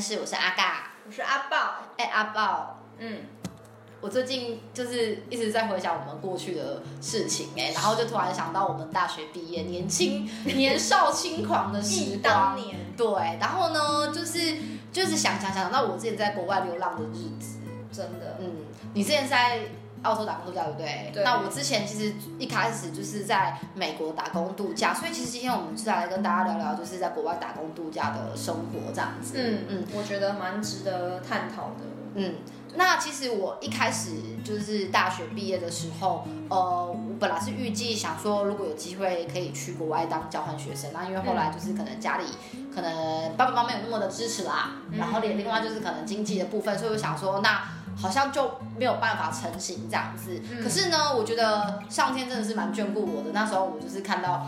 是阿嘎，我是阿豹，哎、阿豹。嗯，我最近就是一直在回想我们过去的事情哎、然后就突然想到我们大学毕业年 轻年少轻狂的时忆光，当年，对，然后呢，就是就是想想想到我之前在国外流浪的日子。真的，嗯，你之前是在澳洲打工度假，对不对？对那我之前其实一开始就是在美国打工度假，所以其实今天我们就来跟大家聊聊，就是在国外打工度假的生活这样子。嗯嗯嗯，我觉得蛮值得探讨的。嗯，那其实我一开始就是大学毕业的时候，呃，我本来是预计想说，如果有机会可以去国外当交换学生，那因为后嗯来就是可能家里可能爸爸妈妈没有那么的支持啦，嗯然后连另外就是可能经济的部分，所以我想说，那好像就没有办法成型这样子。嗯可是呢，我觉得上天真的是蛮眷顾我的，那时候我就是看到。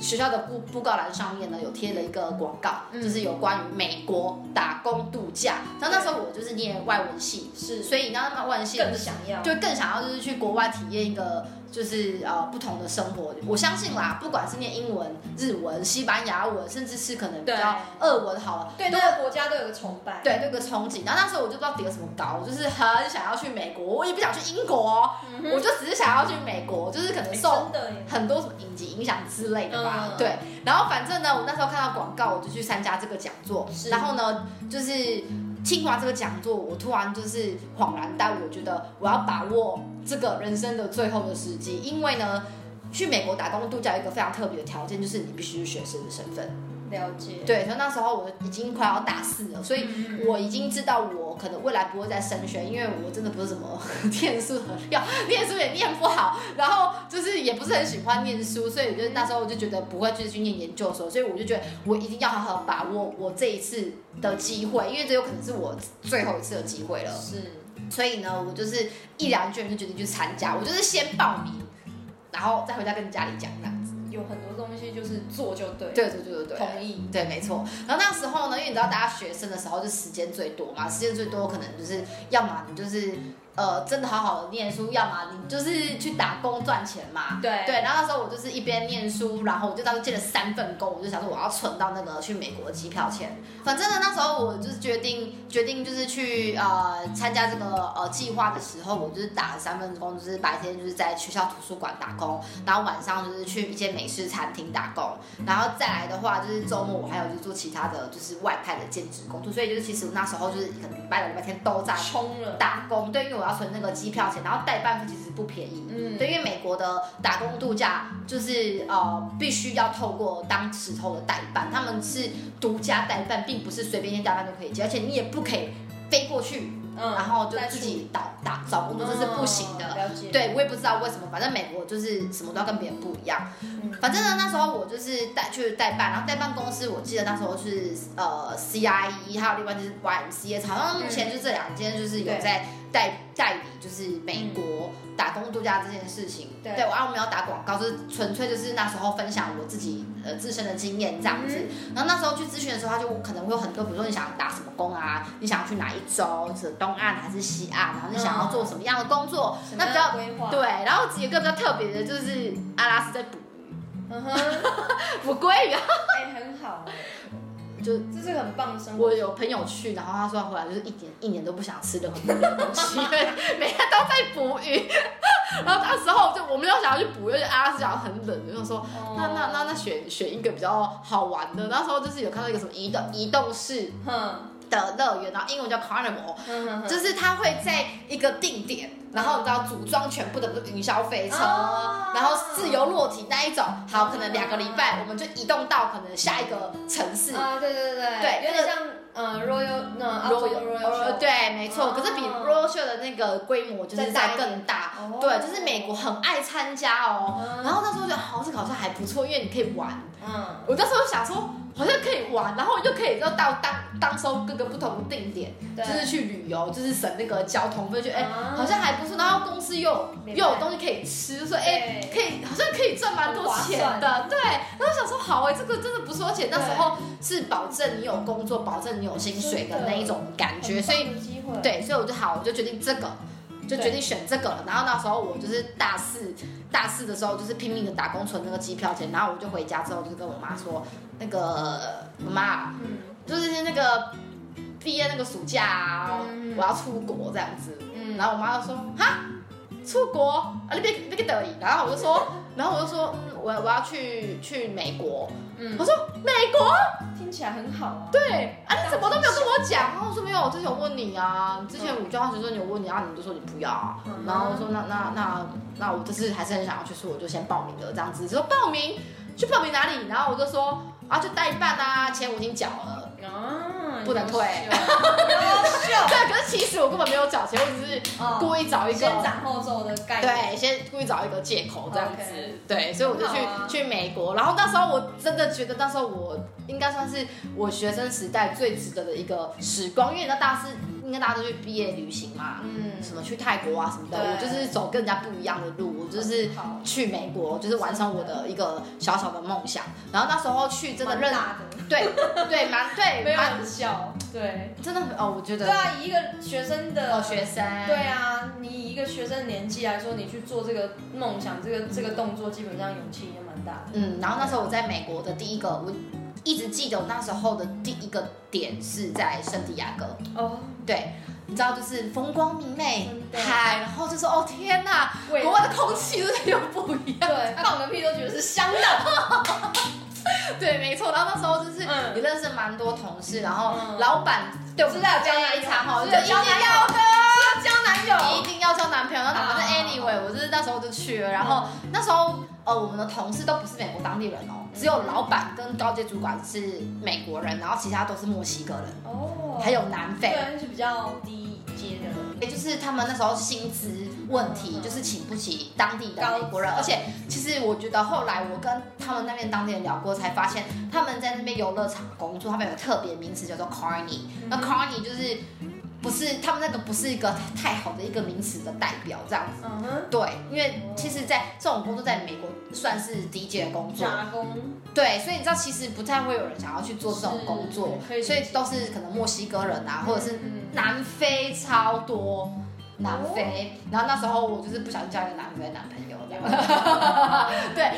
学校的布布告栏上面呢有贴了一个广告，嗯就是有关于美国打工度假。然后那时候我就是念外文系，是所以你知道那外文系更想要，就更想要就是去国外体验一个就是呃不同的生活。我相信啦，不管是念英文、日文、西班牙文，甚至是可能比对较俄文好了，对都那个国家都有个崇拜，对，这个憧憬。然后那时候我就不知道叠什么高，我就是很想要去美国，我也不想去英国哦、嗯我哼，就只是想要去美国，就是可能受真的耶，很多什么影集影响之类的吧，嗯对。然后反正呢，我那时候看到广告，我就去参加这个讲座。是然后呢，就是听完这个讲座，我突然就是恍然大悟，我觉得我要把握这个人生的最后的时机，因为呢，去美国打工度假有一个非常特别的条件，就是你必须是学生的身份。了解，对，所以那时候我已经快要大四了，所以嗯，我已经知道我可能未来不会再升学，因为我真的不是什么 念书的料，念书也念不好，然后就是也不是很喜欢念书，所以我就那时候我就觉得不会继续去念研究所，所以我就觉得我一定要好好把握我这一次的机会，因为这有可能是我最后一次的机会了。是，所以呢，我就是毅然决然就决定去参加，我就是先报名，然后再回家跟家里讲这样子。有很多东西就是做就对，对对对对对，同意，对，没错。然后那时候呢，因为你知道，大家学生的时候就时间最多嘛，时间最多可能就是要么你就是呃真的好好的念书，要么你就是去打工赚钱嘛。对对，然后那时候我就是一边念书，然后我就当时借了三份工，我就想说我要存到那个去美国的机票钱。反正呢，那时候我就是决定决定就是去呃参加这个呃计划的时候，我就是打了三份工，就是白天就是在学校图书馆打工，然后晚上就是去一些美式餐厅打工，然后再来的话就是周末我还有就是做其他的就是外派的兼职工作，所以就是其实我那时候就是可能礼拜六礼拜天都在冲了，打工，对，因为我要存那个机票钱，然后代办费其实不便宜。嗯，对，因为美国的打工度假就是呃，必须要透过当时候的代办，他们是独家代办，并不是随便一间代办都可以接，而且你也不可以飞过去，嗯，然后就再自处己打打找工作，这是不行嗯的。了解，，对，我也不知道为什么，反正美国就是什么都要跟别人不一样。嗯反正呢，那时候我就是代去代办，然后代办公司，我记得那时候是呃 CIE，还有另外就是 YMCA，好像目前就这两间就是有对在代代理，就是美国打工度假这件事情。对对，我然后没有打广告，就是纯粹就是那时候分享我自己呃自身的经验这样子。然后那时候去咨询的时候，他就可能会有很多，比如说你想打什么工啊，你想要去哪一州，是东岸还是西岸，然后你想要做什么样的工作，什么那比样较的规划，对，，然后有一个比较特别的就是阿拉斯在捕鱼，嗯哼，捕鲑鱼啊。哎，很好哎，就这是个很棒的生活我，有朋友去，然后他说他回来就是一点一年都不想吃任何鱼的东西，因 为每天都在捕鱼。 然后那时候就我没有想要去捕鱼，因为阿拉斯加很冷，就说哦那那那那选选一个比较好玩的。那时候就是有看到一个什么移动移动式哼的乐园，然后英文叫 Carnival，哼哼哼就是它会在一个定点，然后你知道组装全部的云霄飞车，哦然后自由落体那一种。好，可能两个礼拜我们就移动到可能下一个城市。啊，对对对对有点像呃 Royal 那澳洲的 Royal 啊 Royal Show，对，没错。哦可是比 Royal Show 的那个规模就是在更大再大一点哦，对，就是美国很爱参加哦。嗯然后那时候觉得，好，这个好像还不错，因为你可以玩。嗯，我那时候想说，好像可以玩，然后又可以到当当收各个不同的定点，就对是去旅游，就是省那个交通费，就哎、啊好像还不错。然后公司又有明又白有东西可以吃，所以哎、对可以好像可以赚蛮多钱的，对。然后想说，好哎、这个真的不错，而且那时候是保证你有工作，保证你有薪水的那一种感觉，很所以棒的机会，啊对，所以我就好，我就决定这个，就决定选这个了。然后那时候我就是大四，大四的时候就是拼命的打工存那个机票钱，然后我就回家之后就跟我妈说，那个妈，嗯，就是那个毕业那个暑假啊，嗯我要出国这样子。嗯，然后我妈就说哈，出国啊，你别别给得意。然后我就说，然后我就说，嗯，我我要去去美国。嗯我，说美国，听起来很好啊。对啊，你怎么都没有跟我讲？然后我说没有，我之前有问你啊，之前我交换学生有问你啊，你就说你不要啊。嗯然后我说那那那那我这次还是很想要去，所以我就先报名了这样子。说报名去报名哪里？然后我就说啊，就代办啊，钱我已经缴 了。啊，不能退 优秀，对，可是其实我根本没有缴钱，我只是哦故意找一个先斩后奏的概念。对，先故意找一个借口这样子 OK 对，所以我就去、很好啊去美国，然后那时候我真的觉得那时候我应该算是我学生时代最值得的一个时光，因为那大四应该大家都去毕业旅行嘛，嗯什么去泰国啊什么的，对我就是走跟人家不一样的路，我就是好去美国，就是完成我的一个小小的梦想。然后那时候去真的认蛮大的，对对蛮对蛮很小，对，真的很哦，我觉对得啊，以一个学生的哦学生对啊，你以一个学生的年纪来说，你去做这个梦想，这个这个动作，基本上勇气也蛮大的。嗯，然后那时候我在美国的第一个，我一直记得我那时候的第一个点是在圣地亚哥，哦，对，你知道就是风光明媚真，的海，然后就说哦天哪，味国外的空气真的又不一样，对，放个屁都觉得是香的。 对，没错，然后那时候就是嗯也认识蛮多同事，然后嗯啊老板对我们知道交交男代友一场哈，就知一道定交男友嗯要的。交男你一定要交男朋友，那反正啊 anyway，我就是那时候就去了，然后那时候呃，我们的同事都不是美国当地人哦，只有老板跟高阶主管是美国人，然后其他都是墨西哥人，哦，还有南非。对，是比较低阶的也就是他们那时候薪资问题，嗯就是请不起当地的美国人，高而且其实我觉得后来我跟他们那边当地人聊过，才发现他们在那边游乐场工作，他们有个特别名词叫做 carny，那 carny 就是不是他们那个不是一个太好的一个名词的代表这样子。嗯哼，对，因为其实，在这种工作在美国算是低阶的工作，打工对，所以你知道，其实不太会有人想要去做这种工作，是可以理所解以都是可能墨西哥人啊，或者是嗯南非超多。南非，哦然后那时候我就是不小心交一个南非男朋友这样， 对，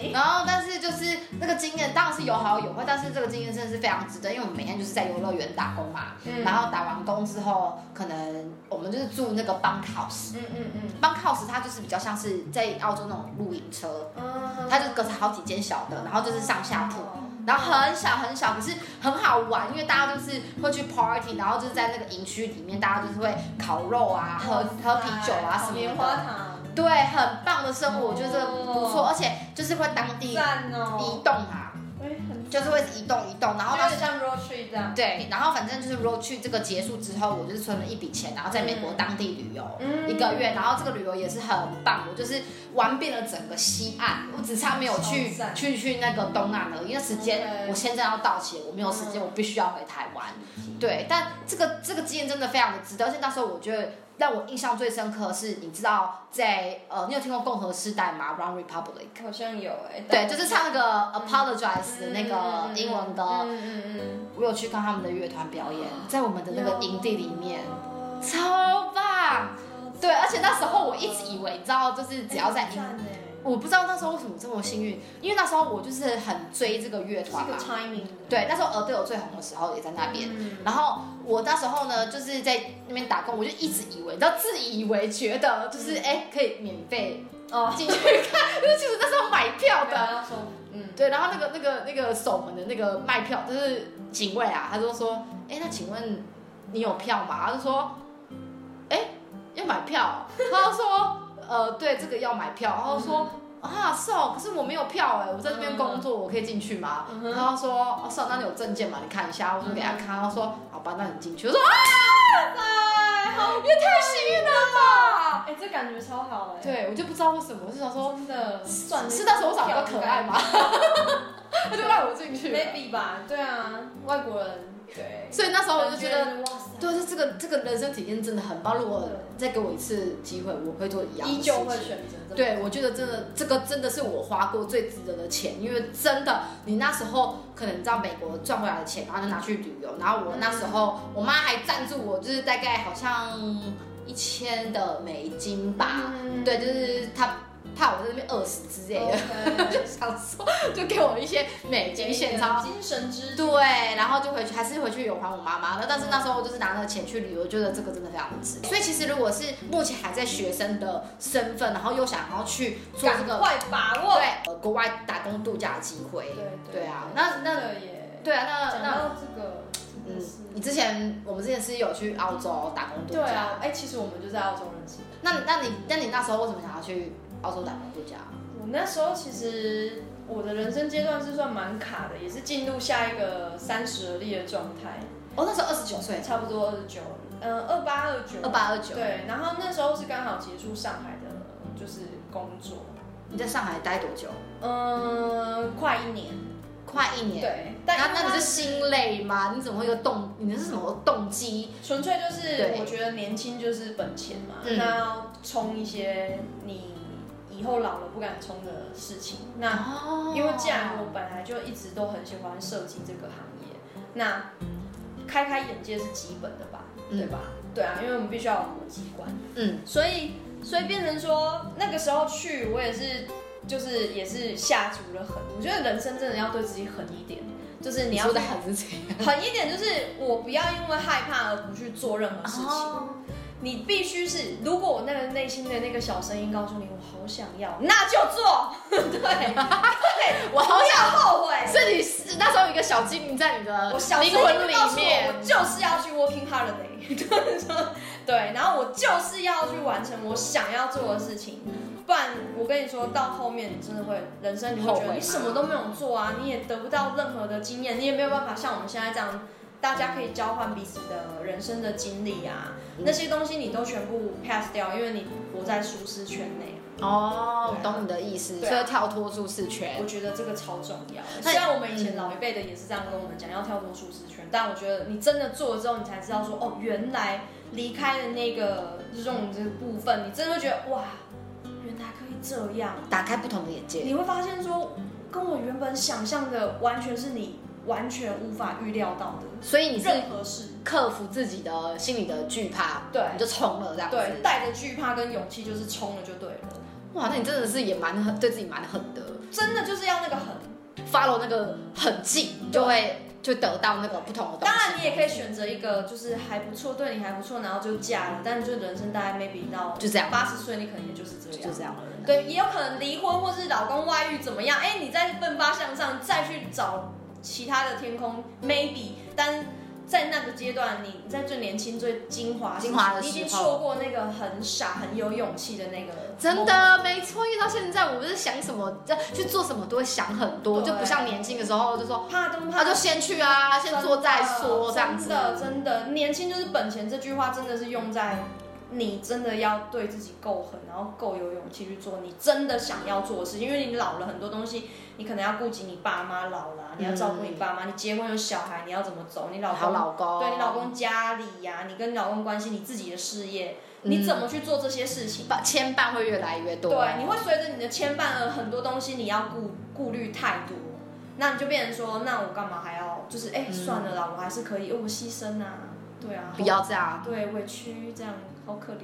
对，然后但是就是那个经验当然是有好有坏，但是这个经验真的是非常值得，因为我们每天就是在游乐园打工嘛，嗯然后打完工之后，可能我们就是住那个 bunk house，bunk 嗯嗯嗯 house 它就是比较像是在澳洲那种露营车，嗯，它就隔着好几间小的，然后就是上下铺，然后很小很小，可是很好玩，因为大家就是会去 party，然后就是在那个营区里面，大家就是会烤肉哦啊、喝喝啤酒啊什棉么花哦的，糖，对，很棒的生活，我觉得这个不错，而且就是会当地赞移哦，动啊，哎，很就是会移动移动，然后有那点像 road trip 这样，对，然后反正就是 road 去这个结束之后，我就是存了一笔钱，然后在美国当地旅游。嗯一个月，然后这个旅游也是很棒，我就是玩遍了整个西岸，我只差没有去超赞去去那个东岸了，因为时间 OK 我签证要到期了，我没有时间，嗯我必须要回台湾。对，但这个这个经验真的非常的值得，而且那时候我觉得让我印象最深刻的是，你知道在呃，你有听过共和时代吗？Run Republic，好像有哎，对，就是唱那个 Apologize 的那个嗯英文歌，嗯嗯我有去看他们的乐团表演，在我们的嗯，那个营地里面，超棒。嗯对，而且那时候我一直以为，你知道，就是只要在哎英，赞哎我不知道那时候为什么这么幸运，因为那时候我就是很追这个乐是团个嘛。 timing 的对，那时候鹅队友最红的时候也在那边。嗯然后我那时候呢，就是在那边打工，我就一直以为，你知道，自以为觉得就是嗯哎、可以免费哦，进去看， 因为其实那时候买票不的，要哦说嗯，对，然后那个那个那个守门的那个卖票就是警卫啊，他就说，哎，那请问你有票吗？他就说，哎，要买票哦，他就说，呃，对，这个要买票。然后说，啊，是哦，可是我没有票哎，我在这边工作，我可以进去吗？嗯然哼，后说，哦，是哦，那你有证件吗？你看一下，我就给他看，他说，好吧，那你进去。我说，啊哎，好也太幸运了吧！棒，哎，这感觉超好哎，对，我就不知道为什么，我就想说，真的算是那时候我长得比较可爱吗吗？ 他 就让我进去了。啊？Maybe 吧，对啊，外国人对，所以那时候我就觉得。感哇塞，对，是这个这个人生体验真的很棒。如果再给我一次机会，我会做一样的依事情旧会选择这么对，我觉得真的这个真的是我花过最值得的钱，因为真的你那时候可能你知道美国赚回来的钱，然后就拿去旅游，然后我那时候我妈还赞助我，就是大概好像一千的美金吧，嗯对，就是她。怕我在那边饿死之类的， OK，想说就给我一些美金现钞。精神支柱。对，然后就回去，还是回去有还我妈妈。那但是那时候我就是拿那个钱去旅游，觉得这个真的非常值。所以其实如果是目前还在学生的身份，然后又想要去做这赶个快把握。对、呃国外打工度假的机会，对啊，那真那的耶。对啊，那讲那到这个，真嗯的是，你之前我们之前是有去澳洲打工度对假，啊，哎，其实我们就在澳洲认识的。那那你那你那时候为什么想要去澳洲打工度假？我那时候其实我的人生阶段是算蛮卡的，也是进入下一个三十而立的状态，哦，那时候二十九岁，差不多二十九，嗯，二八二九。二八二九，对，然后那时候是刚好结束上海的，就是工作，你在上海待多久？嗯，快一年。快一年。对，但那因为那它你是心累吗？你怎么会有动？你那是什么动机？纯粹就是对我觉得年轻就是本钱嘛，嗯那要冲一些你以后老了不敢冲的事情。那哦因为既然我本来就一直都很喜欢设计这个行业，那开开眼界是基本的吧，嗯对吧？对啊，因为我们必须要有国际观，嗯，所以所以变成说那个时候去，我也是就是也是下足了狠。我觉得人生真的要对自己狠一点，就是你你要说的很是这样狠一点，就是我不要因为害怕而不去做任何事情。哦你必须是，如果我那个内心的那个小声音告诉你我好想要，那就 做，对对，我好不要后悔。所以你是那时候有一个小精灵在你的我小声灵音魂告里诉我，我面，就是要去 working holiday，就是 说对，然后我就是要去完成我想要做的事情，不然我跟你说到后面你真的会人生你会觉后悔得吗你什么都没有做啊，你也得不到任何的经验，你也没有办法像我们现在这样，大家可以交换彼此的人生的经历嗯啊，那些东西你都全部 pass 掉，因为你活在舒适圈内。啊哦，对啊懂你的意思，对啊所以跳脱舒适圈我。觉得这个超重要的。那嗯虽然我们以前老一辈的也是这样跟我们讲，要跳脱舒适圈，但我觉得你真的做了之后，你才知道说，哦，原来离开了那个就是我们这个部分，你真的会觉得哇，原来可以这样。打开不同的眼界，你会发现说，跟我原本想象的完全是你完全无法预料到的所以你是任何事。克服自己的心里的惧怕，对你就冲了这样子。对，带着惧怕跟勇气就是冲了就对了，哇，那你真的是也蛮狠，对自己蛮狠的真的就是要那个狠。 ，follow 那个很近，你就会就得到那个不同的东哦当西，然，你也可以选择一个就是还不错，对你还不错，然后就嫁了。但就人生大概 maybe 到就这样，八十岁，你可能也就是这就样。这样了。对，也有可能离婚，或是老公外遇怎么样？哎，你在奋发向上，再去找其他的天空，maybe。但在那个阶段，你在最年轻、最精华时期、精华的你已经时候错过那个很傻、很有勇气的那个，真。的没错，因为到现在，我们是想什么，这去做什么都会想很多，对就不像年轻的时候就说怕都怕啊，就先去啊，先做再说这样子真。的，真的，年轻就是本钱这句话真的是用在你真的要对自己够狠，然后够有勇气去做你真的想要做的事情。因为你老了，很多东西你可能要顾及你爸妈老了啊，嗯你要照顾你爸妈，你结婚有小孩，你要怎么走？你老好公。老公，对你老公家里呀、你跟你老公关系，你自己的事业，嗯你怎么去做这些事情？把牵绊会越来越多。啊对，你会随着你的牵绊而很多东西你要顾顾虑太多，那你就变成说，那我干嘛还要就是哎、嗯算了啦，我还是可以，哦我牺牲啊，对啊，不要这样好，。对委屈这样，好可怜。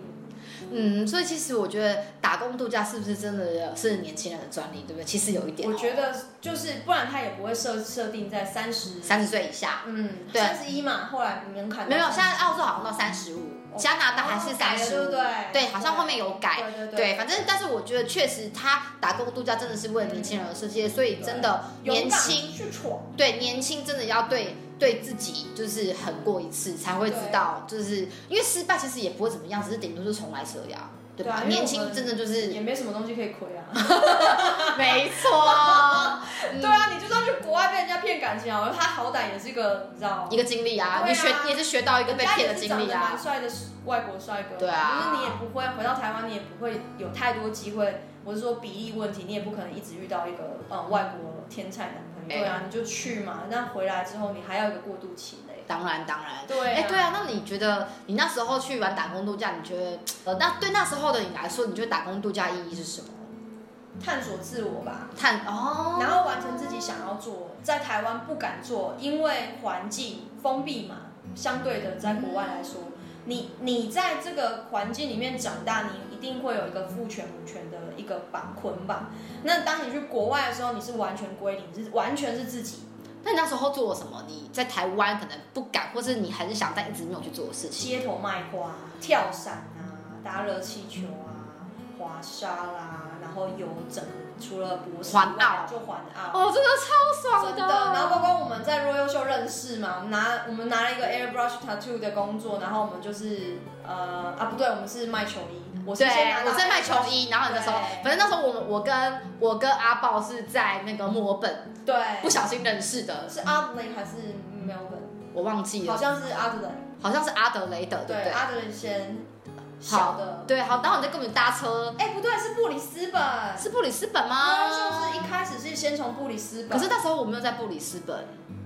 嗯，所以其实我觉得打工度假是不是真的是年轻人的专利，对不对？其实有一点哦，我觉得就是不然他也不会设设定在三十，三十岁以下，嗯，对三十一嘛，后来门槛没有，现在澳洲好像到三十五，哦加拿大还是三十对不五，对？对，好像后面有改。对对对，对，反正但是我觉得确实，他打工度假真的是为了年轻人而设计的，所以真的年勇敢轻，去闯。对年轻真的要对对自己就是狠过一次，才会知道，就是因为失败其实也不会怎么样，只是顶多就是重来这样，对对啊吧？因为年我轻们真的就是也没什么东西可以亏啊， 没 错，嗯对啊，你就算去国外被人家骗感情啊，他好歹也是一个你知道一个经历啊，对你啊学你也是学到一个被骗的人家也是经历长得 啊蛮，帅的外国帅哥，对啊就是你也不会回到台湾，你也不会有太多机会。我是说比例问题，你也不可能一直遇到一个嗯外国天才男朋友，哎对啊，你就去嘛。那回来之后，你还要有一个过渡期嘞。当然当然。对哎、对啊，那你觉得你那时候去玩打工度假，你觉得呃，那对那时候的你来说，你觉得打工度假意义是什么？探索自我吧，探哦，然后完成自己想要做，在台湾不敢做，因为环境封闭嘛，相对的在国外来说。你你在这个环境里面长大，你一定会有一个父权母权的一个绑捆绑。那当你去国外的时候，你是完全归零，你是完全是自己。那你那时候做了什么？你在台湾可能不敢，或是你很想但一直没有去做的事情。街头卖花、跳伞啊、打热气球啊、滑沙啦，然后游整，除了博士以外环澳就环澳。哦，真的超爽真的，然后包括我们在 Royal Show 认识嘛，我们拿我们拿了一个 airbrush tattoo 的工作，然后我们就是呃啊不对，我们是卖球衣，我是对先拿，到我在卖球衣，然后那时候，反对正那时候我我跟我跟阿豹是在那个墨尔本对，不小心认识的，是阿德雷还是 Melbourne？我忘记好了，像是阿德雷，好像是阿德雷德，对不对，对？阿德雷先小的，对，好，然后你就跟我们搭车，哎不对，是布里斯本，是布里斯本啊，吗？就是一开始是先从布里斯可本，是那时候我没有在布里斯本，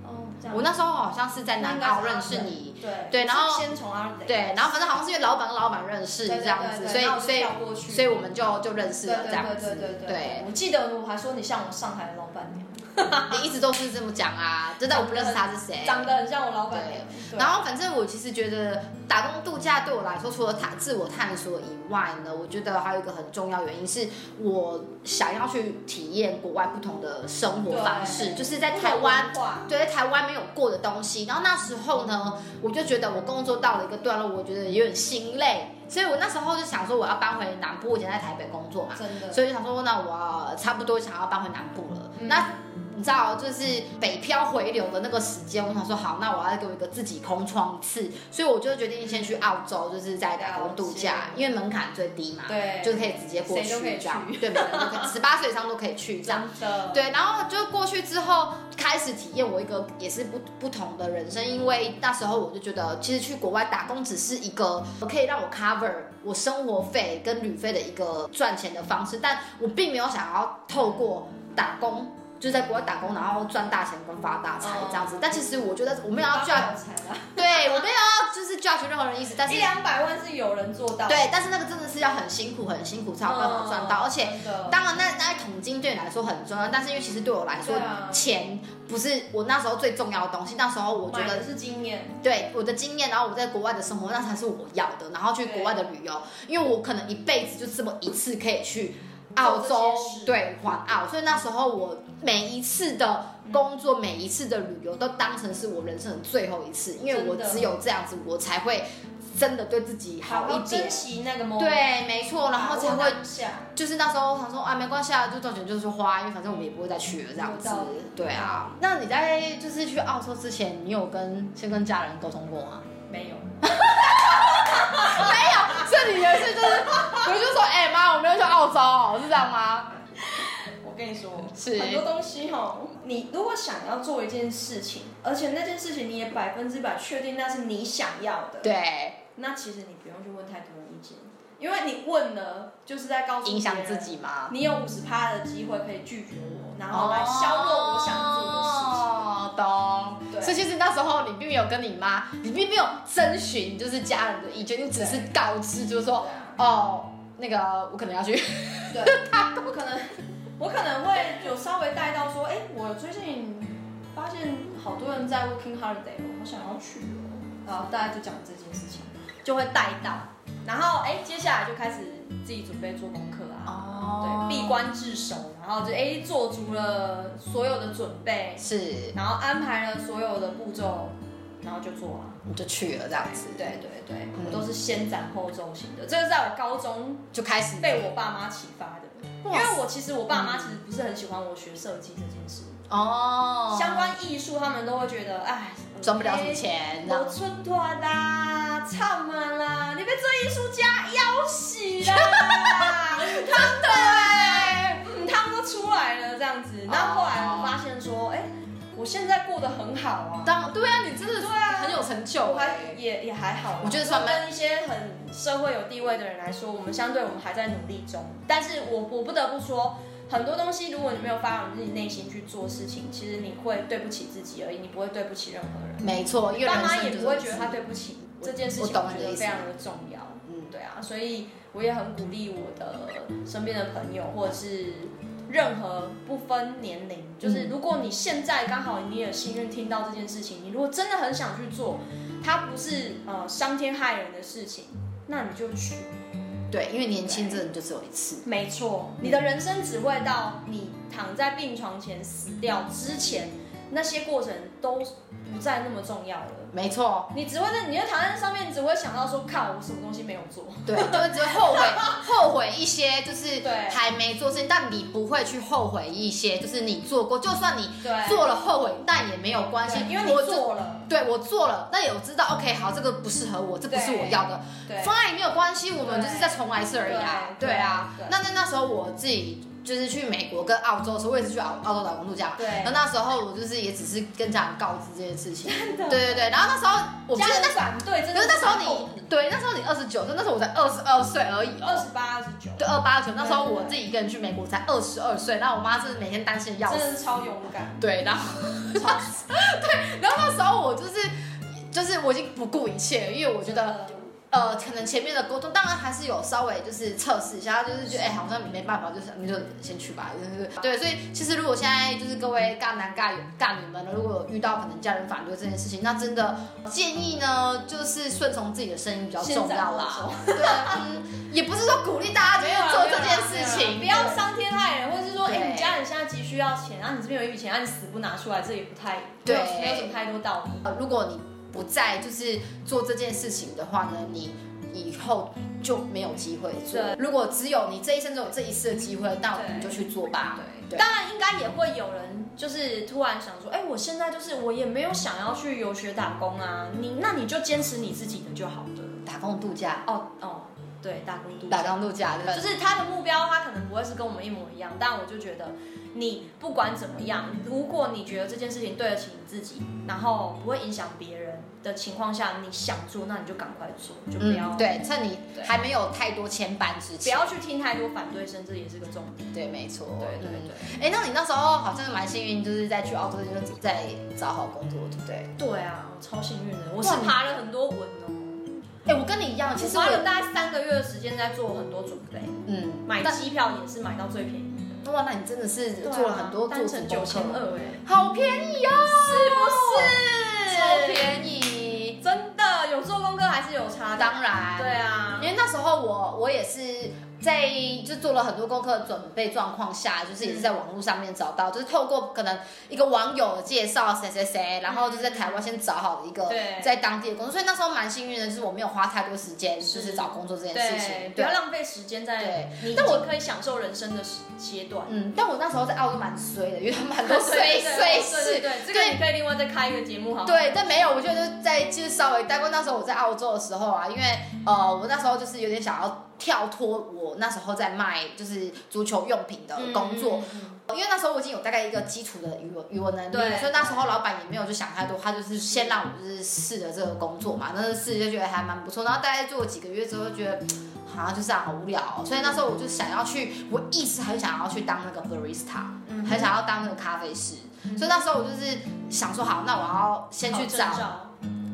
哦这样我那时候好像是在南澳认识你，对对然后是先从阿德雷对，然后反正好像是因为老板跟老板认识对对这样子，对对所然以后我就所以跳过去所以我们就就认识对了对啊这样对子，对对对，哎我记得我还说你像我上海的老板娘，你一直都是这么讲啊，真的我不认识他是谁，长得很像我老板娘。对然后，反正我其实觉得打工度假对我来说，除了探自我探索以外呢，我觉得还有一个很重要原因是我想要去体验国外不同的生活方式，对就是在台湾。不同文化对，在台湾没有过的东西。然后那时候呢，我就觉得我工作到了一个段落，我觉得有点心累，所以我那时候就想说我要搬回南部。我以前在台北工作嘛，真的所以就想说，那我差不多想要搬回南部了。嗯那你知道，就是北漂回流的那个时间，我想说好，那我要给我一个自己空窗次，所以我就决定先去澳洲，就是在打工度假了，解因为门槛最低嘛，对，就是可以直接过去谁都可以这样，去对，每个人都可以，十八岁以上都可以去这样。真的，对，然后就过去之后，开始体验我一个也是不不同的人生，因为那时候我就觉得，其实去国外打工只是一个可以让我 cover 我生活费跟旅费的一个赚钱的方式，但我并没有想要透过打工。就是在国外打工，然后赚大钱跟发大财这样子。但其实我觉得我没有要嗯发 judge，大财啦，对我没有要就是 judge 任何人意思，但是一两百万是有人做到，嗯对，但是那个真的是要很辛苦很辛苦才有办法赚到，而且真的当然那，那一桶金对你来说很重要，但是因为其实对我来说，对啊钱不是我那时候最重要的东西。那时候我觉买得的是经验，对我的经验，然后我在国外的生活，那才是我要的。然后去国外的旅游，因为我可能一辈子就这么一次可以去澳洲做这些，事对，环澳。所以那时候我每一次的工作，每一次的旅游，都当成是我人生的最后一次，因为我真的只有这样子，我才会真的对自己好好一点珍。惜哦那个 moment，对，没错，然后才把握会当下，就是那时候想说啊，没关系啊，就赚钱就是花，因为反正我们也不会再去了这样子有道理。对啊，那你在就是去澳洲之前，你有跟先跟家人沟通过 吗？没有，是你有一次就是，我就说哎妈、我没有去澳洲、哦，是这样吗？我跟你说，是很多东西哈，你如果想要做一件事情，而且那件事情你也百分之百确定那是你想要的，对，那其实你不用去问太多人意见，因为你问了就是在告诉影响别自人，己吗？你有五十趴的机会可以拒绝我，然后来削弱我想做的事情。哦懂。对所以其实那时候你并没有跟你妈，你并没有征询就是家人的意见，你只是告知就是说对啊哦，那个我可能要去。对，我可能我可能会有稍微带到说，哎、我最近发现好多人在 working holiday，我好想要去哦，然后大家就讲这件事情，就会带到，然后哎、诶接下来就开始自己准备做功课啊。哦对，闭关自守，然后就哎做足了所有的准备，是然后安排了所有的步骤，然后就做了。你就去了这样子。对对对，嗯我都是先斩后奏型的，这个在我高中就开始被我爸妈启发的，因哇塞为我其实我爸妈其实不是很喜欢我学设计这件事，哦，相关艺术他们都会觉得，哎，赚不了什么钱，这样我出脱啦，啊唱嘛啦，你被这艺术家要死 啦，真的哎，嗯， 他们都出来了这样子，然哦后后来我发现说，哎，我现在过得很好啊，当对啊，你真的是对啊很有成就我还欸，也也还好啦，啊我觉得算蛮跟一些很社会有地位的人来说，我们相对我们还在努力中。但是我我不得不说，很多东西如果你没有发自己内心去做事情，其实你会对不起自己而已，你不会对不起任何人。没错，因为爸人妈生也就是不会觉得他对不起你我这件事情，我懂你觉的得意思非常的重要。嗯对啊，所以我也很鼓励我的身边的朋友，或者是任何不分年龄，就是如果你现在刚好你也幸运听到这件事情，你如果真的很想去做，它不是呃伤天害人的事情，那你就去。对，因为年轻真的就只有一次。没错，你的人生只会到你躺在病床前死掉之前，那些过程都不再那么重要了。没错，你只会在，你会躺在上面，你只会想到说，靠，我什么东西没有做。对，就是只会后 悔，后悔一些就是对还没做事情，但你不会去后悔一些，就是你做过，就算你对，做了后悔，但也没有关系，对因为你我就做了，对我做了，但有知道，OK，好，这个不适合我，这不是我要的对， ，fine，没有关系，我们对就是再重来一次而已啊，对对啊对。那那那时候我自己就是去美国跟澳洲的时候，我也是去澳澳洲打工度假嘛，对然后那时候我就是也只是跟家人告知这件事情，真对的，对对。然后那时候我记家得人那，反对，真可的是那时痛候苦你对，那时候你二十九岁，那时候我才二十二岁而已哦，二十八、二十九，对二八二九，那时候我自己一个人去美国才二十二岁，然后我妈是每天担心的要真死，的是超勇敢，对，然后。超然后那时候我就是，就是我已经不顾一切了，因为我觉得，呃，可能前面的沟通，当然还是有稍微就是测试一下，就是觉得哎、好像没办法，就是你就先去吧，就是对。所以其实如果现在就是各位尬男尬女尬女们呢，如果有遇到可能家人反对这件事情，那真的建议呢，就是顺从自己的声音比较重要啦。对，嗯，也不是说鼓励大家就没是有啊做这件事情，没有啊没有啊不要伤天害人，或是说，对哎，你家人现在急需要钱，然后你这边有一笔钱，啊，你死不拿出来，这也不太，没对有没有什么太多道理。呃，如果你不再就是做这件事情的话呢，你以后就没有机会做对。如果只有你这一生只有这一次的机会，那对你就去做吧。对当然应该也会有人就是突然想说，哎，我现在就是我也没有想要去游学打工啊，你那你就坚持你自己的就好了。打工度假，哦哦，对，打工度假打工度假，对吧？就是他的目标，他可能不会是跟我们一模一样，但我就觉得，你不管怎么样，如果你觉得这件事情对得起你自己，然后不会影响别人的情况下，你想做，那你就赶快做，就不要、嗯，对，趁你对还没有太多牵绊之不前，要去听太多反对声，这也是个重点。对，没错，对对对。哎、那你那时候好像蛮幸运，就是在去澳洲就是在找好工作，对不对？对啊，我超幸运的，我是哇你爬了很多文哦，哎、我跟你一样，其我实花了我，大概三个月的时间在做很多准备，嗯，买但机票也是买到最便宜的，哇，那你真的是对啊做了很多做单足程功九课千二哎，好便宜哦，是超是便宜，真的有做功课还是有差的。当然，对啊因，为那时候我我也是在就做了很多功课准备状况下，就是也是在网络上面找到，就是透过可能一个网友的介绍谁谁谁，然后就是在台湾先找好一个对在当地的工作，所以那时候蛮幸运的，就是我没有花太多时间就是找工作这件事对情，，不要浪费时间在对你，但但我我可以享受人生的时阶 段。嗯，但我那时候在澳洲蛮衰的，因为蛮多衰对衰对对事，对，这个你可以另外再开一个节目好吗。对，但没有，我觉得就是在就是稍微待过。那时候我在澳洲的时候啊，因为呃，我那时候就是有点想要跳脱我那时候在卖就是足球用品的嗯，工作，嗯，嗯因为那时候我已经有大概一个基础的语文语文能力对了，所以那时候老板也没有就想太多，他就是先让我就是试了这个工作嘛，那试就觉得还蛮不错，然后大概做了几个月之后，就觉得。嗯好像就这样，好无聊、哦。所以那时候我就想要去，我一直很想要去当那个 barista，、嗯很想要当那个咖啡师。嗯所以那时候我就是想说，好，那我要先去找考证照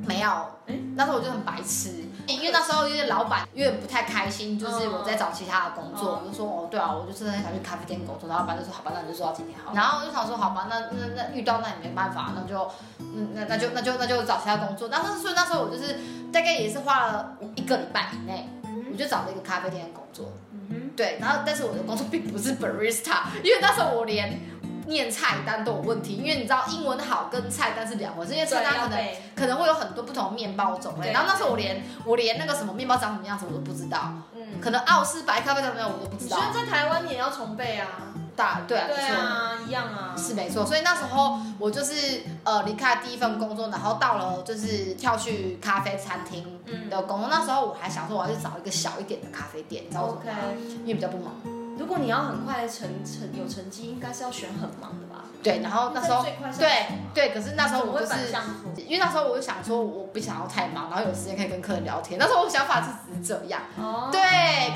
没有诶，那时候我就很白痴，因为那时候因为老板有点不太开心，就是我在找其他的工作嗯，我就说哦对啊，我就真的很想去咖啡店工作，然后老板就说好吧，那你就做到今天嗯好了，然后我就想说好吧，那那那遇到那也没办法，那就嗯那那就那就那就找其他工作，那那所以那时候我就是大概也是花了一个礼拜以内，我就找了一个咖啡店的工作，嗯对，然后但是我的工作并不是 barista，因为那时候我连念菜单都有问题，因为你知道英文好跟菜单是两回事，因为哼，菜对，单可要能。背，可能会有很多不同的面包种类。对然后那时候我连我连那个什么面包长什么样子我都不知道，嗯，可能澳式白咖啡长什么样我都不你知觉道。得在台湾你也要重背啊？大对啊，没对错。啊，一样啊。是没错，所以那时候我就是呃离开第一份工作，然后到了就是跳去咖啡餐厅嗯的工作。那时候我还想说我要去找一个小一点的咖啡店，你知道为什么，OK 吗。因为比较不忙。如果你要很快成成有成绩，应该是要选很忙的吧？对，然后那时候最快是对对，可是那时候怎么我会就是反向做因为那时候我就想说我不想要太忙，然后有时间可以跟客人聊天。那时候我想法是只是这样。哦，对，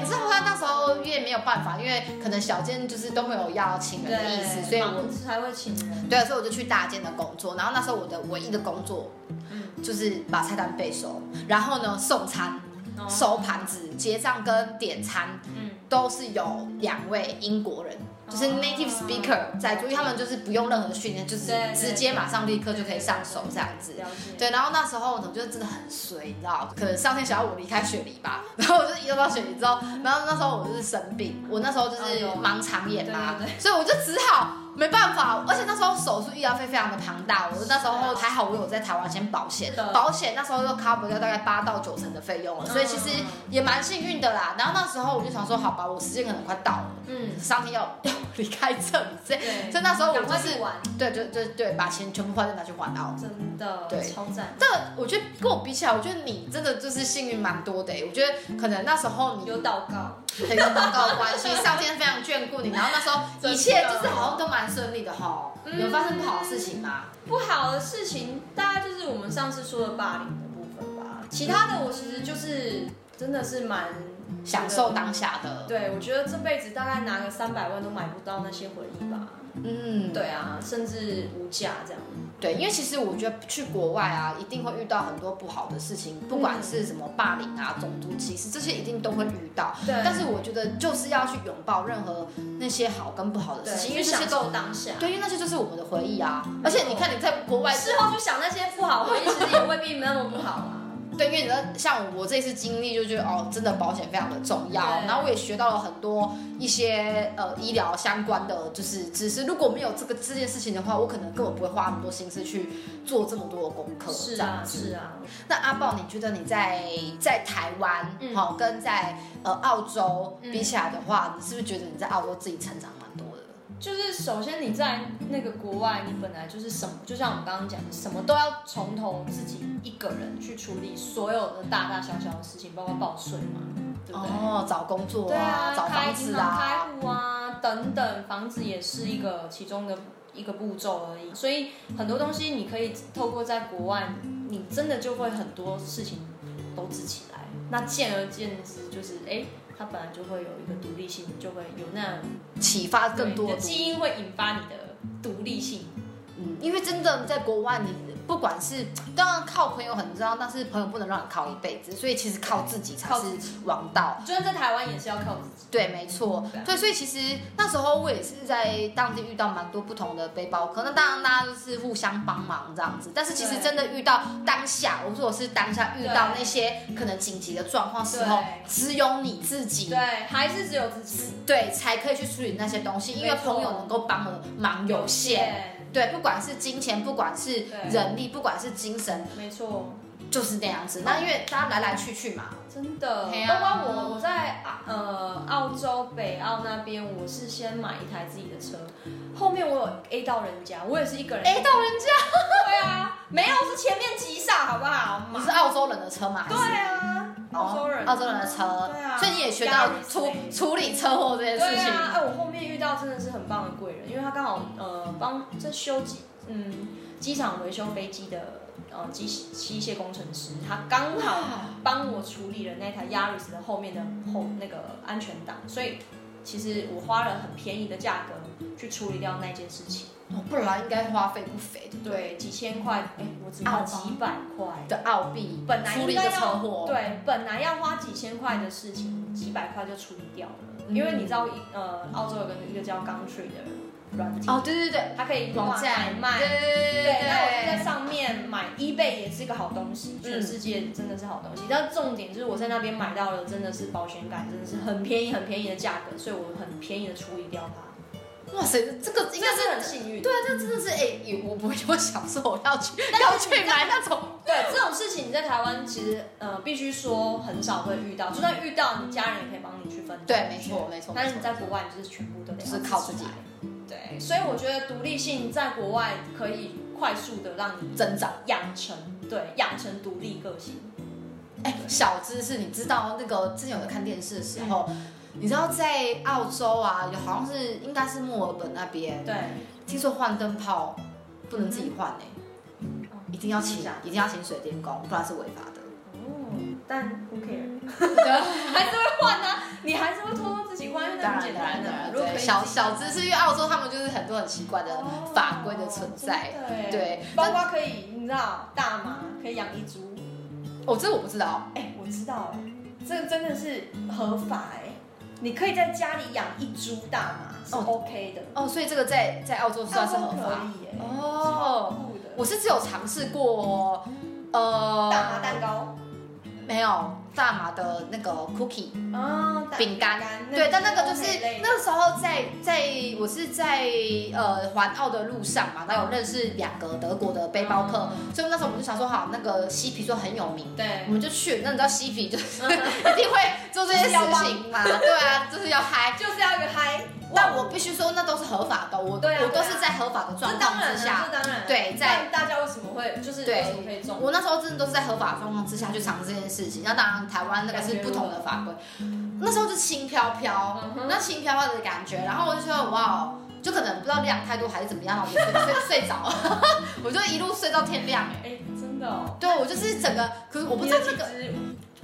可是后来那时候因为没有办法，因为可能小间就是都没有要请人的意思，所以我忙才会请人。对，所以我就去大间的工作。然后那时候我的唯一的工作嗯，就是把菜单背熟，然后呢送餐、哦收盘子，结账跟点餐嗯，都是有两位英国人，就是 native speaker 在做，因为他们就是不用任何训练，就是哦对对直接马上立刻就可以上手这样子。了解。对，然后那时候我就真的很衰，你知道，可能上天想要我离开雪梨吧，然后我就移动到雪梨之后，然后那时候我就是生病，我那时候就是盲肠炎嘛，哦对对所以我就只好没办法，而且那时候手术医疗费非常的庞大，我那时候还好我有在台湾先保险啊是的，保险那时候就 cover 掉大概八到九成的费用了，所以其嗯实也蛮幸运的啦。然后那时候我就想说，好吧，我时间可能快到了，嗯，上天要要 我离开这里，所以对，所以那时候我赶就快去是玩，对对对对，把钱全部花掉拿去还澳。真的，对超赞，但我觉得跟嗯我比起来，我觉得你真的就是幸运蛮多的欸、我觉得可能那时候你有祷告，很有祷告的关系，上天非常眷顾你，然后那时候一切就是好像都蛮顺利的哈。嗯有发生不好的事情吗？不好的事情，大概就是我们上次说的霸凌的部分吧。其他的我其实就是真的是蛮享受当下的，对，我觉得这辈子大概拿个三百万都买不到那些回忆吧。嗯，对啊，甚至无价这样。对，因为其实我觉得去国外啊，一定会遇到很多不好的事情，不管是什么霸凌啊、种族歧视，这些一定都会遇到。对，但是我觉得就是要去拥抱任何那些好跟不好的事对，情，因因为为这些享都受嗯当下。对，因为那些就是我们的回忆啊。而且你看你在国外事后去想那些不好的回忆，其实也未必那么不好啊。对，因为你知道，像我这次经历就觉得哦，真的保险非常的重要，对然后我也学到了很多一些呃医疗相关的就是知识。如果没有这个这件事情的话，我可能根本不会花那么多心思去做这么多的功课。是这样啊，子是啊，那阿豹，你觉得你在在台湾好、嗯哦跟在呃澳洲嗯比起来的话，你是不是觉得你在澳洲自己成长蛮多的？就是首先你在那个国外，你本来就是什么，就像我们刚刚讲，什么都要从头自己一个人去处理所有的大大小小的事情，包括报税嘛，对不对？哦，找工作对啊，啊，找开房银子行啊开，户啊等等，房子也是一个其中的一个步骤而已。所以很多东西你可以透过在国外，你真的就会很多事情都自起来。那见而见之，就是哎，它本来就会有一个独立性，就会有那样启发更多的对你的基因会引发你的独立性。嗯，因为真的在国外，你不管是当然靠朋友很重要，但是朋友不能让你靠一辈子，所以其实靠自己才靠是自王道。就算在台湾也是要靠自己。对，没错对啊，对，所以其实那时候我也是在当地遇到蛮多不同的背包客，那当然大家就是互相帮忙这样子，但是其实对真的遇到当下，我说我是当下遇到那些可能紧急的状况时候对，只有你自己对，还是只有自己。对才可以去处理那些东西，因为没错朋友能够帮的忙有限，对，不管是金钱，不管是对人力，不管是精神。没错。就是那样子。那因为大家来来去去嘛，真的，嘿包啊括我，我在啊呃澳洲北澳那边，我是先买一台自己的车，后面我有 A 到人家，我也是一个人 A 到人家，对啊，没有是前面急刹好不好你嘛？是澳洲人的车嘛？还对是啊，澳洲人，哦澳洲人的车，对啊所以你也学到压力处谁处理车祸这件对事情。啊，哎，我后面遇到真的是很棒的贵人，因为他刚好呃帮在修机，嗯，机场维修飞机的呃机机械工程师，他刚哦好帮我处理了那台 Yaris 的后面的后那个安全档，所以其实我花了很便宜的价格去处理掉那件事情，哦，不然应该花费不菲，对不对？对，几千块，哎、我只花澳几币百块，的澳币本来处理应一个该要车祸，对，本来要花几千块的事情，几百块就处理掉了，因为你知道，呃，澳洲有个一个叫 Gumtree 的软体，哦，对对对，它可以网买站卖。对对对对，那我就对在上面买，eBay 也是一个好东西，全嗯世界真的是好东西。但重点就是我在那边买到了，真的是保险杆，真的是很便宜、很便宜的价格，所以我很便宜的处理掉它，对，哇塞，这个应应该该是是很幸运。对啊，这真的是哎，我不会我想说我要 去要去买那种，对，这种事情你在台湾其实呃必须说很少会遇到，就算遇到，你家人也可以帮你去分。对，没错没错，但没是你错在国外，你就是全部都得就是靠自己来。对，所以我觉得独立性在国外可以快速的让你增长。养成，对，养成独立个性。哎，小知识，你知道那个之前我在看电视的时候，嗯你知道在澳洲啊，有好像是应该是墨尔本那边，对，听说换灯泡不能自己换哎、哦一定要请是啊一定要请水电工，不然是违法的。哦，但 who care，对还是会换啊，你还是会偷偷自己换，因为那当然很简当然当单的。然，如果可对以小自己换小知识，因为澳洲他们就是很多很奇怪的法规的存在。哦真的耶对包括可以，你知道大麻可以养一株，哦，这我不知道，哎，我知道哎，这真的是合法哎、你可以在家里养一株大麻是哦 OK 的，哦，所以这个在在澳洲算是合澳洲法可以耶、超哦。酷的。我是只有尝试过，呃，大麻蛋糕没有大麻的那个 cookie，啊，大饼干干对，但那个就是欧美类的那个时候在在我是在呃环澳的路上嘛，然后有认识两个德国的背包客，所以那时候我们就想说，好，那个西皮说很有名，我对，们就去。那你知道西皮就是 嗯一定会做这些事情嘛？对啊，就是要嗨。就是要一个嗨。但我必须说，那都是合法的，我对啊我对都啊是在合法的这状当况然啊之了，下这，当然了。啊对在但大家为什么会就是对为什么可以中？我那时候真的都是在合法的状况之下去尝试这件事情。那当然，台湾那个是不同的法规，那时候就轻飘飘，嗯哼那轻飘飘的感觉，然后我就觉得哇哦，就可能不知道量太多还是怎么样，然后我就睡 睡睡着了，我就一路睡到天亮。哎哎，真的哦，对，我就是整个，可是我不知道这你的个，体质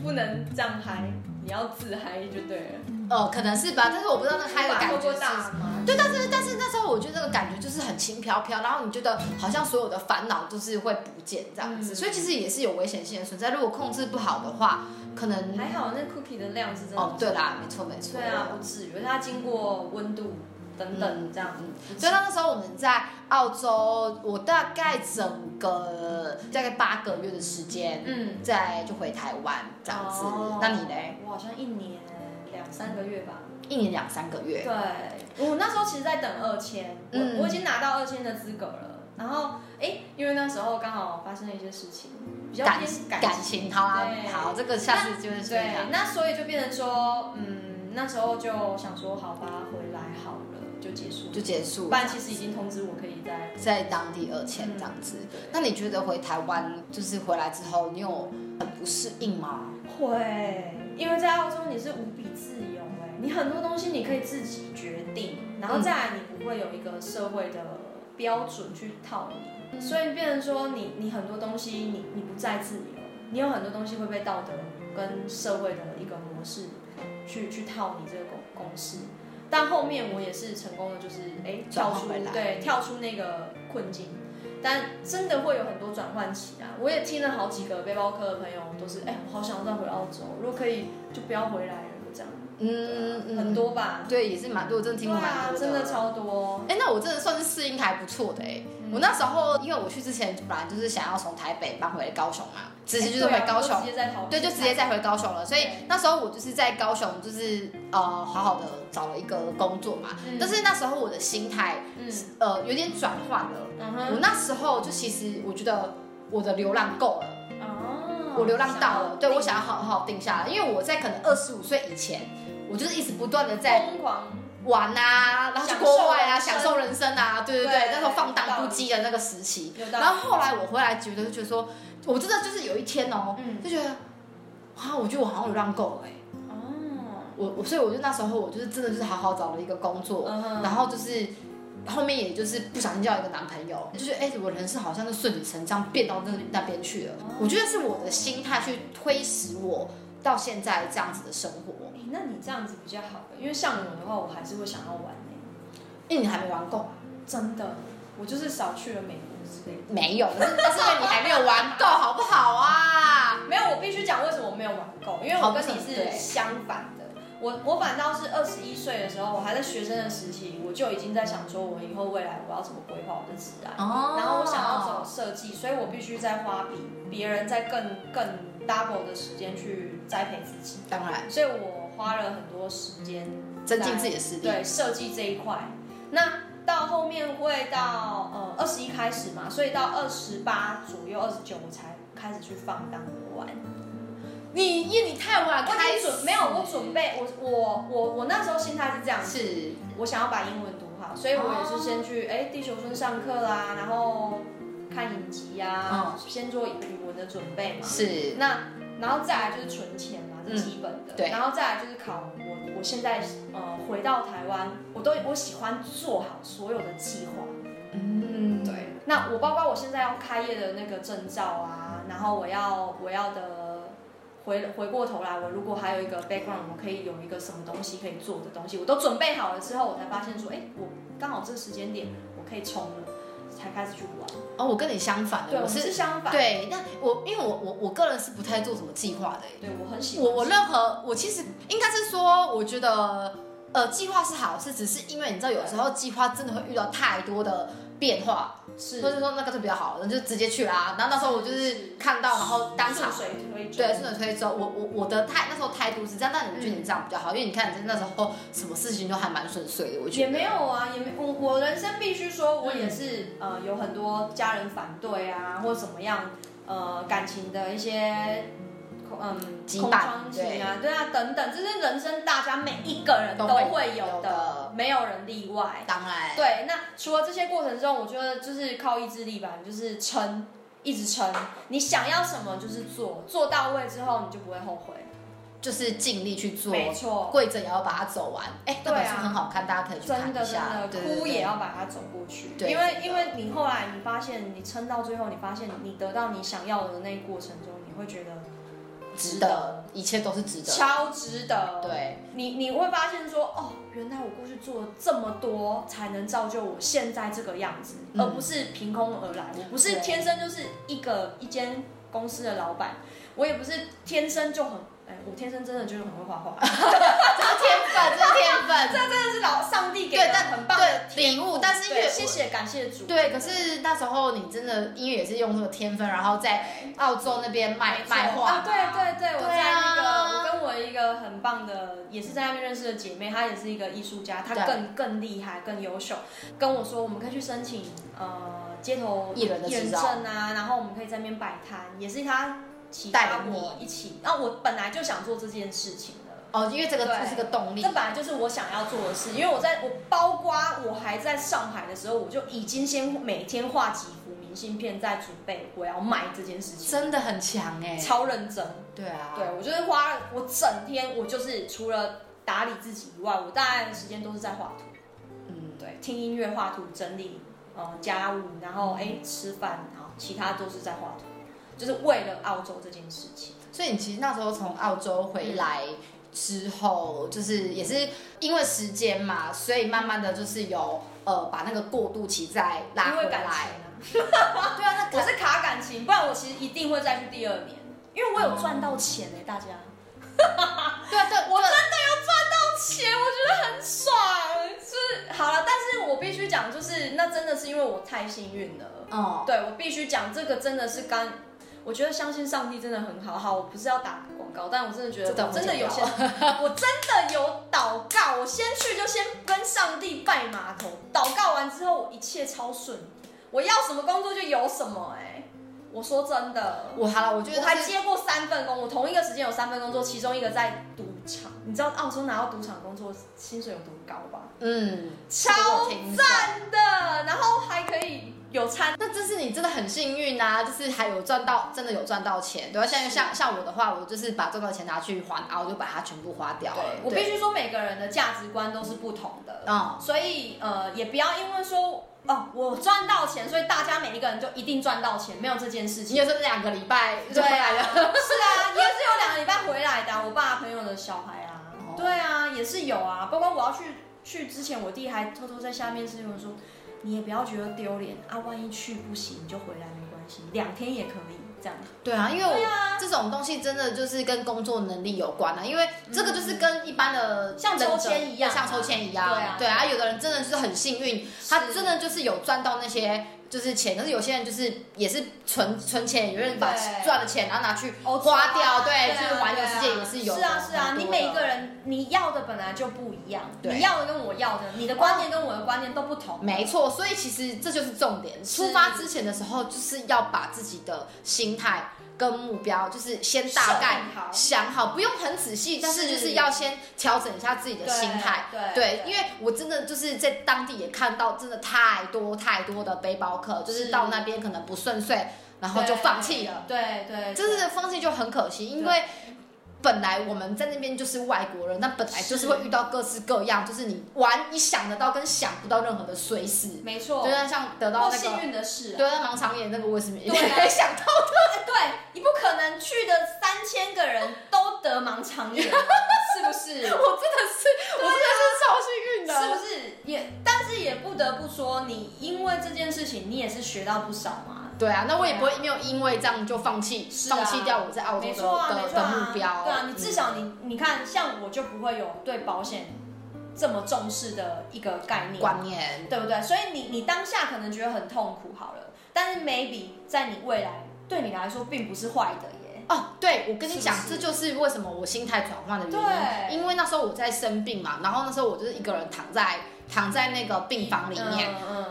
不能这样嗨，你要自嗨就对了。呃，可能是吧，但是我不知道那个嗨的感觉是什么。大麻，对，但是但是那时候我觉得那个感觉就是很轻飘飘，然后你觉得好像所有的烦恼就是会不见这样子，嗯所以其实也是有危险性的存在。如果控制不好的话，可能还好那 cookie 的量是真的。哦，对啦，没错没错。对啊，不至于，它经过温度等等这样。所以嗯那时候我们在澳洲，我大概整个大概八个月的时间，嗯，再就回台湾这样子。哦那你嘞？我好像一年两三个月吧。一年两三个月，对，我那时候其实在等二签，我、嗯我已经拿到二签的资格了。然后，哎，因为那时候刚好发生了一些事情，比较感偏感感情好啊，对好，这个下次就是这对样，。那所以就变成说，嗯，那时候就想说，好吧，回来好了，就结束。就结束不。然其实已经通知我可以在在当地二签这样子。对那你觉得回台湾就是回来之后，你有很不适应吗？会，因为在澳洲你是无比自由哎、你很多东西你可以自己决定，然后再来你不会有一个社会的标准去套你，所以变成说你你很多东西你你不再自由，你有很多东西会被道德跟社会的一个模式去去套你这个公公式。但后面我也是成功的，就是哎转跳换出回来对跳出那个困境，但真的会有很多转换期啊！我也听了好几个背包客的朋友都是，哎、我好想再回澳洲，如果可以就不要回来了，这样，啊嗯很嗯，多吧？对，也是蛮多，我真的听过对蛮啊，多真的。超多。哎、那我真的算是适应还不错的哎、嗯我那时候因为我去之前本来就是想要从台北搬回高雄嘛，直接就是哎对回啊高都雄，直接在逃，对，就直接再回高雄了。所以对那时候我就是在高雄，就是呃好好的找了一个工作嘛。嗯但是那时候我的心态嗯呃有点转换了，嗯我哼，那时候就其实我觉得我的流浪够了，哦我流浪到了，对我想要好好定下来，因为我在可能二十五岁以前，我就是一直不断的在疯狂，玩啊，然后去享国受外啊，人生享受人生啊，对对对，对那时候放荡不羁的那个时期。有然到，后后来我回来，觉得就觉得说，我真的就是有一天哦，嗯，就觉得啊，我觉得我好像流浪够了哎、哦，我我所以我就那时候我就是真的就是好好找了一个工作，嗯哼然后就是后面也就是不小心交一个男朋友，就是哎、我人生好像就顺理成章变到那那边去了。我觉得是我的心态去推使我到现在这样子的生活。哎那你这样子比较好，因为像我的话，我还是会想要玩欸因为你还没玩够，真的，我就是少去了美国之类的。没有，但是但是因为你还没有玩够，好不好啊？没有，我必须讲为什么我没有玩够，因为我跟你是相反的。我我反倒是二十一岁的时候，我还在学生的时期，我就已经在想说，我以后未来我要怎么规划我的职业。哦然后我想要走设计，所以我必须再花比别人再更更 double 的时间去栽培自己，当然所以我花了很多时间增进自己的实力。对设计这一块。那到后面会到呃二十一开始嘛，所以到二十八左右、二十九我才开始去放荡我玩。你因为你太晚我啊开已经始准没有，我准备我我我我那时候心态是这样子，是我想要把英文读好，所以我也是先哦去哎、地球村上课啦，然后看影集嗯啊，先做语文的准备嘛。是那然后再来就是存钱嘛，嗯是基本的。对然后再来就是考我我现在呃回到台湾，我都我喜欢做好所有的计划。嗯对，那我包括我现在要开业的那个证照啊，然后我要我要的回回过头来，我如果还有一个 background，我可以有一个什么东西可以做的东西，我都准备好了之后，我才发现说，哎，我刚好这个时间点我可以冲了，才开始去玩。哦，我跟你相反对，的，我我是是相反。，对，那我因为我我我个人是不太做什么计划的耶，欸对我很喜欢。我我任何我其实应该是说，我觉得呃计划是好事，只是因为你知道有时候计划真的会遇到太多的变化，是所以就说那个就比较好，那就直接去啦。然后那时候我就是看到，然后当场顺。水推舟。对，顺着推舟，我我我的态那时候态度是这样，但你们觉嗯得你这样比较好，因为你看你真的那时候什么事情都还蛮顺遂的，我觉也得没有啊，也没我我人生必须说，我也是、嗯呃有很多家人反对啊，或者怎么样，呃感情的一些空嗯羁空绊窗期啊，对啊等等，这是人生大家每一个人都都会会有有的的，没有人例外。当然对，那除了这些过程中，我觉得就是靠意志力吧，你就是撑，一直撑，你想要什么就是做，做到位之后你就不会后悔。就是尽力去做，没错，跪着也要把它走完。哎、那对本啊书很好看，大家可以去看真的一真下。的，对哭也要把它走过去，对因为真的因为你后来你发现你撑到最后，你发现你得到你想要的那一过程中，你会觉得值得，一切都是值得。超值得。，对，你你会发现说，哦，原来我过去做了这么多，才能造就我现在这个样子，嗯而不是凭空而来。我不是对天生就是一个一间公司的老板，我也不是天生就很，哎，我天生真的就是很会画 画，这是天分，这是天分， 这是老上帝给对的但很棒的对礼物。但是因对为谢谢感谢主。对，可是那时候你真的因为也是用这个天分，然后在澳洲那边卖没错卖画嘛，，啊对对对，我对在那个、啊我跟我一个很棒的，也是在那边认识的姐妹，她也是一个艺术家，她对更更厉害，更优秀，跟我说我们可以去申请呃街头艺人的艺人执照证啊，然后我们可以在那边摆摊，也是她启带发领你我一起，那、我本来就想做这件事情的。哦，因为这个对这是个动力这。本来就是我想要做的事，因为我在我包括我还在上海的时候，我就已经先每天画几幅明信片，在准备我要卖这件事情，真的很强哎、超认真。对啊，对，我就是花了我整天，我就是除了打理自己以外，我大概的时间都是在画图，嗯，对，听音乐、画图、整理呃家务，然后哎、吃饭，然后其他都是在画图，就是为了澳洲这件事情。所以你其实那时候从澳洲回来之后，就是也是因为时间嘛，所以慢慢的就是有呃把那个过渡期再拉因回为感来。情对啊，啊，我是卡感情，不然我其实一定会再去第二年，因为我有赚到钱哎、大家。那对啊对，我真的有赚到钱，我觉得很爽。就是好了，但是我必须讲，就是那真的是因为我太幸运了。哦，对我必须讲，这个真的是刚，我觉得相信上帝真的很好。好，我不是要打广告，但我真的觉这得段我我真的有先，我真的有祷告，我先去就先跟上帝拜码头，祷告完之后我一切超顺，我要什么工作就有什么、哎，我说真的。我好了，我觉得我还就是接过三份工，我同一个时间有三份工作，其中一个在赌场。你知道澳洲拿到赌场工作薪水有多高吧？嗯，超赞。真的，然后还可以有餐那这是你真的很幸运啊，就是还有赚到，真的有赚到钱，对吧、啊像是像像我的话，我就是把赚到的钱拿去还啊，我就把它全部花掉了对，。我必对须说每个人的价值观都是不同的，嗯，所以呃，也不要因为说哦，我赚到钱，所以大家每一个人就一定赚到钱，没有这件事你情。也是两个礼拜 就对回啊，来是了。啊，也是有两个礼拜回来的啊、我爸朋友的小孩啊，哦对啊，也是有啊。包括我要去去之前，我弟还偷偷在下面私信我说，你也不要觉得丢脸啊，万一去不行你就回来没关系，两天也可以这样。对啊，因为我对啊，这种东西真的就是跟工作能力有关啊，因为这个就是跟一般的嗯像抽签一样啊像抽签一样，对啊有的人真的就是很幸运，他是真的就是有赚到那些就是钱，可是有些人就是也是存存钱，有人把对赚的钱然后拿去哦花掉，对对，啊就是环游对啊世界也是有是的，啊是蛮啊，多的你每一个人你要的本来就不一样，对你要的跟我要的，你的观念跟我的观念都不同。没错，所以其实这就是重点。出发之前的时候，就是要把自己的心态跟目标，就是先大概设定好想好，不用很仔细，但是是就是要先调整一下自己的对，心态。对对，因为我真的就是在当地也看到，真的太多太多的背包客，就是是到那边可能不顺遂，然后就放弃了。。对对，对真是放弃就很可惜，因为本来我们在那边就是外国人，那本来就是是会遇到各式各样，就是你玩你想得到跟想不到任何的随时。没错就，像像得到或那个幸，运的事啊。对，那盲肠炎那个我也是没对啊没 想到，对，你不可能去的三千个人都得 盲肠炎，是不是？啊我真的是，我真的是超幸运是不的。是也？但是也不不得不说，你因为这件事情，你也是学到不少嘛。对啊，那我也不会没有因为这样就放弃、是啊放弃掉我在澳洲没的、错啊，没的错的啊，目标。嗯对啊，你至少你你看，像我就不会有对保险这么重视的一个概嗯念，观念，对不对？所以你你当下可能觉得很痛苦，好了，但是 maybe 在你未来对你来说并不是坏的耶。哦，对，我跟你讲，是不是这就是为什么我心态转换的原对因。因为那时候我在生病嘛，然后那时候我就是一个人躺在躺在那个病房里面，嗯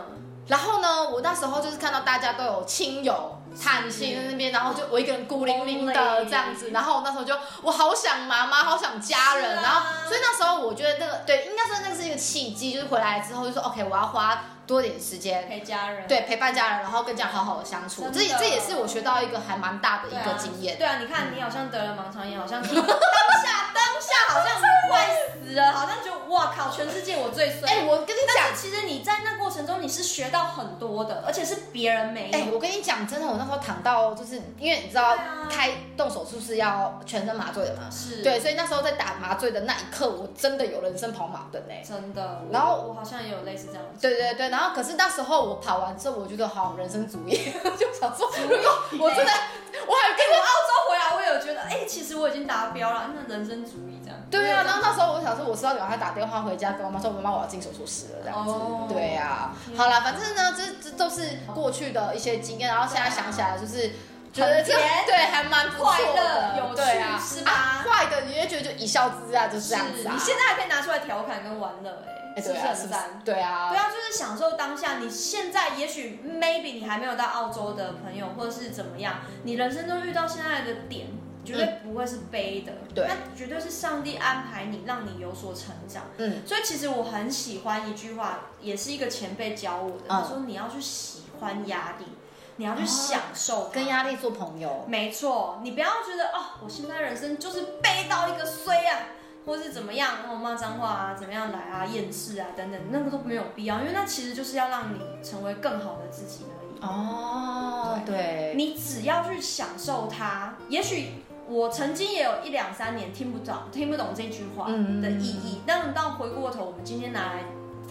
然后呢，我那时候就是看到大家都有亲友探亲在那边，然后就我一个人孤零零的 Lonely 这样子，然后我那时候就我好想妈妈，好想家人，是啊然后所以那时候我觉得那个对，应该说那是一个契机，就是回来之后就说 OK，我要花多点时嗯，间。陪家人，对，陪伴家人，然后跟家人好好的相处，这真的这也是我学到一个还蛮大的对啊一个经验。嗯对啊，你看你好像得了盲肠炎，好像 当下当下好像快死了，好像就哇靠，全世界我最衰。哎、我跟你讲，但是其实你在那过程中你是学到很多的，而且是别人没有。哎、我跟你讲，真的，我那时候躺到就是因为你知道、对啊开动手术是要全身麻醉的嘛，是，对，，所以那时候在打麻醉的那一刻，我真的有人生跑马灯哎、真的。然后我我好像也有类似这样的对对对，然后可是那时候我跑完之后，我觉得好人生主义， 就想说，如果我真的，我还跟澳洲回来，我有觉得，哎、其实我已经达标了，那人生足矣这样。对啊，然后那时候我想说，我是要给他打电话回家跟妈妈说，妈妈我要进手术室了这样子。哦对啊，好啦，反正呢，这这都是过去的一些经验，然后现在想起来就是觉得这很甜对还蛮不错快乐的有趣对啊，是吧啊坏的你也觉得就一笑置之啊，就是这样子啊。你现在还可以拿出来调侃跟玩乐、哎、哎是不对是啊，很是不是赞？？对啊，对啊，就是享受当下。你现在也许 maybe 你还没有到澳洲的朋友，或者是怎么样，你人生中遇到现在的点，绝对不会是悲的，嗯对那绝对是上帝安排你，让你有所成长。嗯，所以其实我很喜欢一句话，也是一个前辈教我的，嗯哦他说你要去喜欢压力，你要去享受它跟压力做朋友，没错，你不要觉得哦，我现在人生就是背到一个衰啊，或是怎么样，我骂脏话啊，怎么样来啊，厌世啊等等，那个都没有必要，因为那其实就是要让你成为更好的自己而已。哦，对，你只要去享受它，也许我曾经也有一两三年听不懂听不懂这句话嗯的意义，但当回过头，我们今天拿来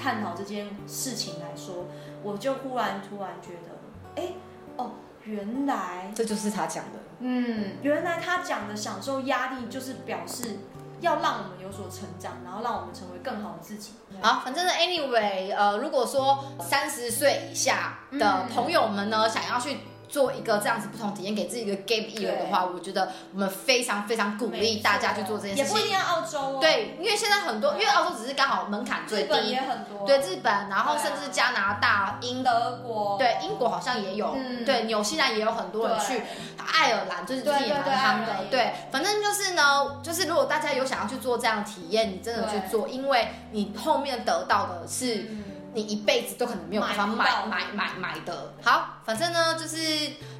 探讨这件事情来说，我就忽然突然觉得，哎、哦，原来。这就是他讲的，嗯，原来他讲的享受压力，就是表示要让我们有所成长，然后让我们成为更好的自己。好，反正呢，anyway，呃，如果说三十岁以下的朋友们呢，想要去。做一个这样子不同体验，给自己一个 gap year 的话，我觉得我们非常非常鼓励大家去做这件也事不一情。定要澳洲哦，，对，因为现在很多，因为澳洲只是刚好门槛最日本低也，很多，对，日本，然后对啊甚至加拿大、英，德国，对英国好像也有，嗯对纽西兰也有很多人去，爱尔兰最近对也蛮对对夯爱尔的兰，对，反正就是呢，就是如果大家有想要去做这样的体验，你真的去对做，因为你后面得到的是嗯，你一辈子都可能没有办法买不到买买买买的。好，反正呢，就是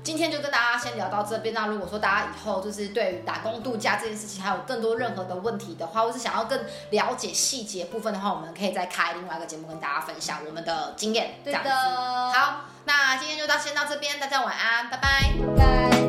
今天就跟大家先聊到这边。那如果说大家以后就是对于打工度假这件事情还有更多任何的问题的话，或是想要更了解细节部分的话，我们可以再开另外一个节目跟大家分享我们的经验。这对样的，子。，好，那今天就到先到这边，大家晚安，拜拜。拜拜。